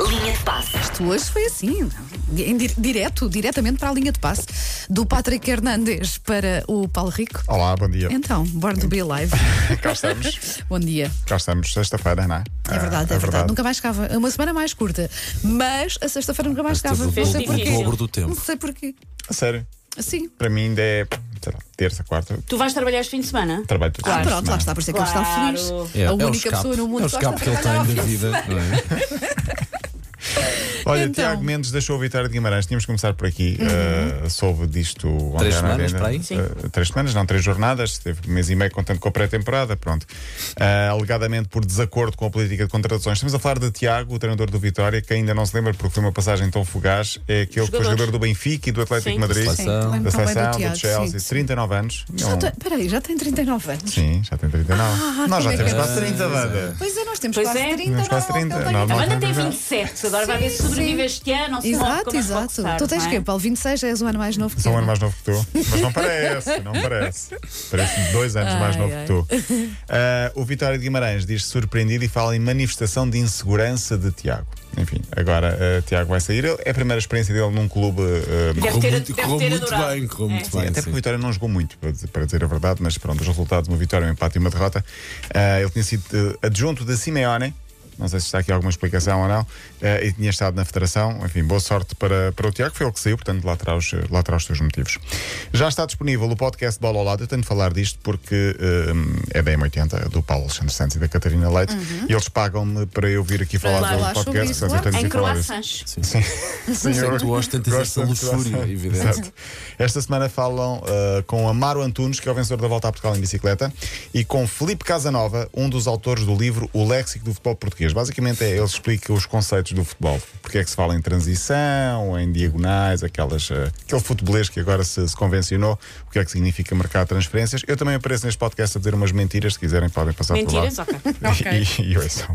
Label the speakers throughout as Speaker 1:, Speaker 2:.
Speaker 1: Linha de passe.
Speaker 2: Isto hoje foi assim, em di- direto, diretamente para a linha de passe, do Patrick Hernandes para o Paulo Rico.
Speaker 3: Olá, bom dia.
Speaker 2: Então, Born to Be Alive.
Speaker 3: Cá estamos.
Speaker 2: Bom dia.
Speaker 3: Cá estamos, sexta-feira, não é?
Speaker 4: Ah,
Speaker 2: É verdade, é, verdade. Nunca mais chegava. É uma semana mais curta. Mas a sexta-feira nunca mais chegava. Não
Speaker 4: Teve
Speaker 2: sei
Speaker 4: o
Speaker 2: porquê.
Speaker 4: dobro do tempo.
Speaker 2: Não sei porquê.
Speaker 3: A sério,
Speaker 2: Sim.
Speaker 3: para mim ainda é sei lá, terça, quarta.
Speaker 5: Tu vais trabalhar este fim de semana?
Speaker 3: Trabalho tudo.
Speaker 2: Ah, pronto, lá está, por isso é que ele
Speaker 5: Claro.
Speaker 2: está feliz.
Speaker 4: É,
Speaker 2: a
Speaker 4: é o
Speaker 2: única
Speaker 4: escape.
Speaker 2: pessoa no mundo
Speaker 4: É o
Speaker 2: que gosta
Speaker 4: escape
Speaker 2: de
Speaker 4: que ele
Speaker 2: trabalhar
Speaker 4: tem
Speaker 2: ao
Speaker 4: da
Speaker 2: fim de
Speaker 4: vida. não é?
Speaker 3: Olha,
Speaker 2: Então.
Speaker 3: Tiago Mendes deixou o Vitória de Guimarães. Tínhamos que começar por aqui.
Speaker 2: Uhum.
Speaker 3: Uh, soube disto ontem
Speaker 4: Três
Speaker 3: à noite
Speaker 4: semanas,
Speaker 3: ainda.
Speaker 4: para aí?
Speaker 3: Uh, três semanas, não, três jornadas. Teve um mês e meio contando com a pré-temporada. Pronto. Uh, alegadamente por desacordo com a política de contratações. Estamos a falar de Tiago, o treinador do Vitória, que ainda não se lembra porque foi uma passagem tão fugaz. É aquele que foi
Speaker 5: Jogadores.
Speaker 3: jogador do Benfica e do Atlético
Speaker 5: Sim.
Speaker 3: Madrid.
Speaker 4: Da
Speaker 2: Sim,
Speaker 4: seleção.
Speaker 2: lembro-me
Speaker 3: Da
Speaker 2: tão bem
Speaker 3: seleção,
Speaker 2: do Tiago,
Speaker 3: do Chelsea,
Speaker 2: sim.
Speaker 3: 39 anos.
Speaker 2: Já
Speaker 3: Não-
Speaker 2: tem- Espera aí, já tem 39 anos.
Speaker 3: Sim, já tem 39.
Speaker 2: Ah,
Speaker 3: nós
Speaker 2: como é
Speaker 3: já
Speaker 2: que
Speaker 3: temos
Speaker 2: é
Speaker 3: quase
Speaker 4: possível?
Speaker 3: 30, banda.
Speaker 2: Pois é, nós temos
Speaker 5: Pois
Speaker 2: quase
Speaker 5: é.
Speaker 2: 30.
Speaker 3: Temos quase
Speaker 2: não,
Speaker 3: 30,
Speaker 2: ele tem
Speaker 3: não,
Speaker 5: A
Speaker 3: não.
Speaker 5: banda tem
Speaker 3: Sim,
Speaker 5: 27, agora vai ver se
Speaker 2: sim.
Speaker 5: sobrevive este ano ou se morre,
Speaker 2: Exato,
Speaker 5: como é que vai
Speaker 2: exato.
Speaker 5: passar,
Speaker 2: Tu tens
Speaker 5: não é?
Speaker 2: que Paulo? 26 já és um ano mais novo que
Speaker 3: Sou um
Speaker 2: eu,
Speaker 3: ano
Speaker 2: não é?
Speaker 3: mais novo que tu, mas não parece, não parece. Parece dois anos mais
Speaker 2: Ai,
Speaker 3: novo
Speaker 2: ai.
Speaker 3: que tu. Ah, o Vitória de Guimarães diz surpreendido e fala em manifestação de insegurança de Tiago. Enfim, agora ah, Tiago vai sair. Ele- É a primeira experiência dele num clube. ah,
Speaker 5: Deve ter-
Speaker 4: Correu muito,
Speaker 5: deve
Speaker 4: correu
Speaker 5: ter
Speaker 4: muito
Speaker 5: adorado.
Speaker 4: bem, correu
Speaker 5: É.
Speaker 4: muito
Speaker 5: Sim,
Speaker 4: bem.
Speaker 3: Até porque o
Speaker 4: sim.
Speaker 3: Vitória não jogou muito, para dizer, para dizer a verdade, mas pronto, os resultados, uma vitória, um empate e uma derrota. Ah, ele tinha sido eh, adjunto da Simeone, não sei se está aqui alguma explicação ou não, eh, e tinha estado na Federação. Enfim, boa sorte para, para o Tiago, foi ele que saiu, portanto lá terá, os, lá terá os seus motivos. Já está disponível o podcast Bola ao Lado, eu tenho de falar disto porque eh, é da M80, do Paulo Alexandre Santos e da Catarina Leite, e eles pagam-me para eu vir aqui falar
Speaker 2: lá
Speaker 3: do
Speaker 2: falar sobre
Speaker 3: podcast.
Speaker 2: isso,
Speaker 3: portanto, eu tenho
Speaker 2: claro.
Speaker 3: de
Speaker 5: Em
Speaker 3: ir falar disso.
Speaker 5: croissants.
Speaker 3: Sim,
Speaker 4: Sim,
Speaker 3: eu-
Speaker 4: tu ostentas
Speaker 3: gosto
Speaker 4: essa
Speaker 3: de
Speaker 4: luxúria,
Speaker 3: croissant.
Speaker 4: evidente.
Speaker 3: Exato. Esta semana falam ah, com Amaro Antunes, que é o vencedor da volta a Portugal em bicicleta, e com Felipe Casanova, um dos autores do livro O Léxico do Futebol Português. Basicamente, é, ele explica os conceitos do futebol. Porque é que se fala em transição, em diagonais, aquelas, ah, aquele futebolês que agora se, se convencionou, o que é que significa mercado de transferências. Eu também apareço neste podcast a dizer umas mentiras, se quiserem podem passar
Speaker 5: Mentiras?
Speaker 3: por lá.
Speaker 5: Ok.
Speaker 3: E, e ouçam.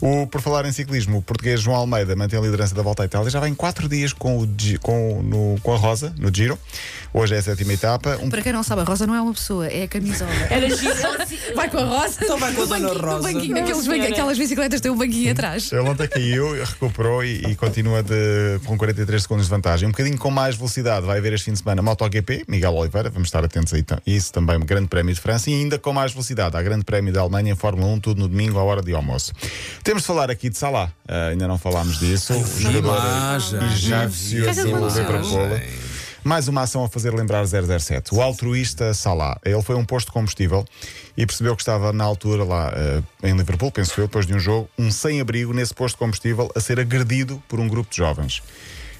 Speaker 3: O, por falar em ciclismo, o português João Almeida mantém a liderança da Volta à Itália. Já vai em quatro dias com, o, Gi- com, o- no- com a Rosa, no Giro. Hoje é a sétima etapa. Um-
Speaker 2: Para quem não sabe, a Rosa não é uma pessoa, é a camisola.
Speaker 5: Era giro.
Speaker 2: Vai com a Rosa. Então vai com a Dona Rosa. banquinho, aqueles banqu-
Speaker 5: senhora.
Speaker 2: aquelas bicicletas têm um banquinho atrás.
Speaker 3: Ele ontem caiu, recuperou e, e continua de- com 43 segundos de vantagem. Um bocadinho com mais velocidade vai haver este fim de semana MotoGP, Miguel Oliveira, vamos estar atentos a ita- isso também, um Grande Prémio de França e ainda com mais velocidade, há Grande Prémio da Alemanha em Fórmula 1, tudo no domingo à hora de almoço. Temos de falar aqui de Salah, Ah, ainda não falámos disso. O jogador-
Speaker 4: Imagem.
Speaker 3: egípcio
Speaker 2: Mas ele
Speaker 3: do
Speaker 2: aconteceu.
Speaker 3: Liverpool. Mais uma ação a fazer lembrar 007. O altruísta Salah. Ele foi a um posto de combustível e percebeu que estava na altura lá eh, em Liverpool, penso eu, depois de um jogo, um sem-abrigo nesse posto de combustível a ser agredido por um grupo de jovens.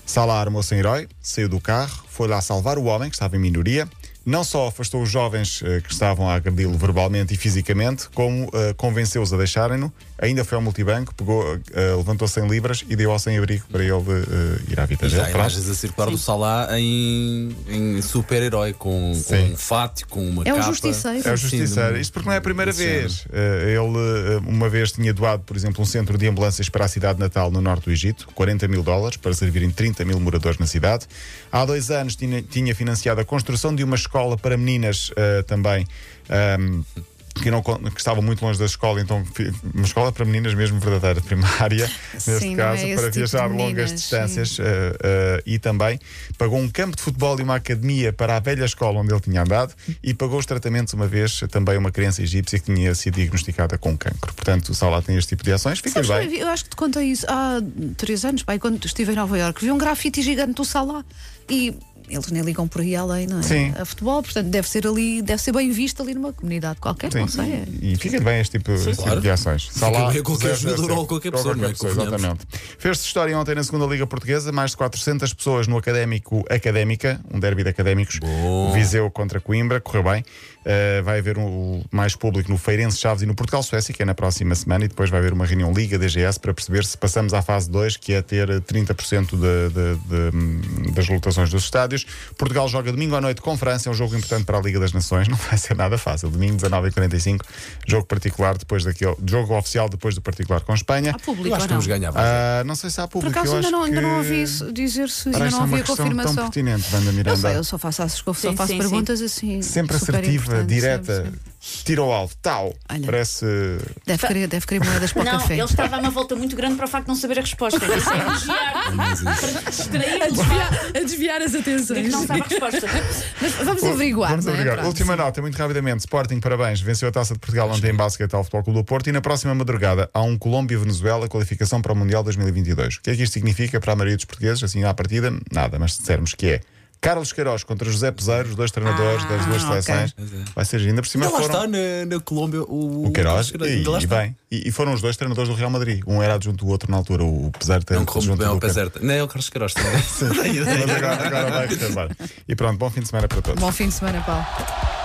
Speaker 3: Salah armou-se em herói, saiu do carro, foi lá salvar o homem que estava em minoria. Não só afastou os jovens eh, que estavam a agredi-lo verbalmente e fisicamente, como eh, convenceu-os a deixarem-no. Ainda foi ao multibanco, pegou, eh, levantou 100 libras e deu ao sem-abrigo para ele eh, ir à vida dele.
Speaker 4: Já há
Speaker 3: Pronto.
Speaker 4: imagens a circular do Salah em, em super-herói, com, com
Speaker 3: Sim.
Speaker 4: um fato, com uma
Speaker 2: É um
Speaker 4: capa.
Speaker 2: justiceiro.
Speaker 3: É o
Speaker 4: Sim,
Speaker 3: justiceiro.
Speaker 4: de-
Speaker 3: Isto porque não é a primeira
Speaker 4: desse género.
Speaker 3: vez. Eh, ele eh, uma vez tinha doado, por exemplo, um centro de ambulâncias para a cidade de natal no norte do Egito, 40 mil dólares, para servirem 30 mil moradores na cidade. Há dois anos tinha, tinha financiado a construção de uma escola para meninas eh, também. ahm, que, não, con- que estavam muito longe da escola, então fi- uma escola para meninas mesmo verdadeira, primária, neste
Speaker 2: Sim, não é
Speaker 3: caso,
Speaker 2: esse tipo
Speaker 3: para
Speaker 2: de
Speaker 3: viajar longas
Speaker 2: meninas,
Speaker 3: distâncias. Eh, eh, e também pagou um campo de futebol e uma academia para a velha escola onde ele tinha andado e pagou os tratamentos uma vez também a uma criança egípcia que tinha sido diagnosticada com cancro. Portanto, o Salah tem este tipo de ações, fica
Speaker 2: Sabes,
Speaker 3: bem.
Speaker 2: pai, eu acho que te contei isso há três anos, pai, quando estive em Nova Iorque, vi um grafite gigante do Salá e eles nem ligam por aí além, não é?
Speaker 3: Sim.
Speaker 2: A futebol, portanto, deve ser ali, deve ser bem visto ali numa comunidade qualquer, não
Speaker 3: Sim,
Speaker 2: sei. é.
Speaker 3: E, e fica bem este tipo, este tipo
Speaker 4: claro.
Speaker 3: de ações.
Speaker 4: Fica bem a qualquer
Speaker 3: 007,
Speaker 4: jogador ou a qualquer pessoa, não é? Convenhamos.
Speaker 3: exatamente. Fez-se história ontem na segunda Liga Portuguesa, mais de 400 pessoas no Académico Académica, um derby de académicos, Viseu contra Coimbra, correu bem. Eh, vai haver um- mais público no Feirense Chaves e no Portugal Suécia, que é na próxima semana, e depois vai haver uma reunião Liga DGS para perceber se passamos à fase 2, que é ter eh, 30% de- de- de- das lotações dos estádios. Portugal joga domingo à noite com França, é um jogo importante para a Liga das Nações, não vai ser nada fácil. Domingo 19h45, jogo particular depois daquele, jogo oficial depois do particular com Espanha.
Speaker 2: Há público,
Speaker 4: Eu acho
Speaker 2: ou
Speaker 4: que
Speaker 2: não?
Speaker 4: vamos ganhar. vai.
Speaker 3: Ah, não sei se há
Speaker 2: Por
Speaker 3: público.
Speaker 2: acaso
Speaker 3: eu
Speaker 2: ainda
Speaker 3: acho
Speaker 2: não, ainda não
Speaker 3: que-
Speaker 2: ouvi isso dizer se
Speaker 3: Ora,
Speaker 2: ainda
Speaker 3: isto
Speaker 2: não
Speaker 3: é uma
Speaker 2: ouvi a
Speaker 3: questão tão
Speaker 2: confirmação.
Speaker 3: pertinente, Banda
Speaker 2: Eu
Speaker 3: Miranda.
Speaker 2: sei, eu só faço, as, só
Speaker 5: Sim,
Speaker 2: faço
Speaker 5: sim,
Speaker 2: perguntas assim.
Speaker 3: Sempre
Speaker 2: super
Speaker 3: assertiva,
Speaker 2: importantes,
Speaker 3: direta.
Speaker 2: sempre, sempre.
Speaker 3: tira o alvo, tal.
Speaker 2: Olha.
Speaker 3: Parece.
Speaker 2: Deve querer, deve querer moedas para o
Speaker 5: Não,
Speaker 2: café.
Speaker 5: ele estava a dar uma volta muito grande para o facto de não saber a resposta. Isso é elogiar-te para distrair o facto
Speaker 2: a desviar as
Speaker 5: de que
Speaker 2: atenções.
Speaker 5: não sabe a resposta.
Speaker 2: Mas vamos averiguar.
Speaker 3: Vamos
Speaker 2: não é?
Speaker 3: averiguar.
Speaker 2: Pronto.
Speaker 3: Última nota, muito rapidamente. Sporting, parabéns. Venceu a taça de Portugal ontem em basquete ao Futebol Clube do Porto. E na próxima madrugada há um Colômbia-Venezuela, qualificação para o Mundial 2022. O que é que isto significa para a maioria dos portugueses? Assim, à partida, nada. Mas se dissermos que é Carlos Queiroz contra José Peseiro, os dois treinadores
Speaker 2: Ah,
Speaker 3: das duas
Speaker 2: ok.
Speaker 3: seleções, vai ser giro. ainda por cima
Speaker 4: Ainda é. lá
Speaker 3: foram.
Speaker 4: está na, na Colômbia o,
Speaker 3: O Queiroz, e,
Speaker 4: ainda lá
Speaker 3: e
Speaker 4: está.
Speaker 3: bem. E, e foram os dois treinadores do Real Madrid. Um era adjunto do outro na altura, o Peseiro
Speaker 4: Não
Speaker 3: adjunto
Speaker 4: corrompo bem
Speaker 3: do
Speaker 4: ao
Speaker 3: Lucas.
Speaker 4: Pazerta. Nem o Carlos Queiroz também.
Speaker 3: Mas agora, agora vai reservar. E pronto, bom fim de semana para todos.
Speaker 2: Bom fim de semana, Paulo.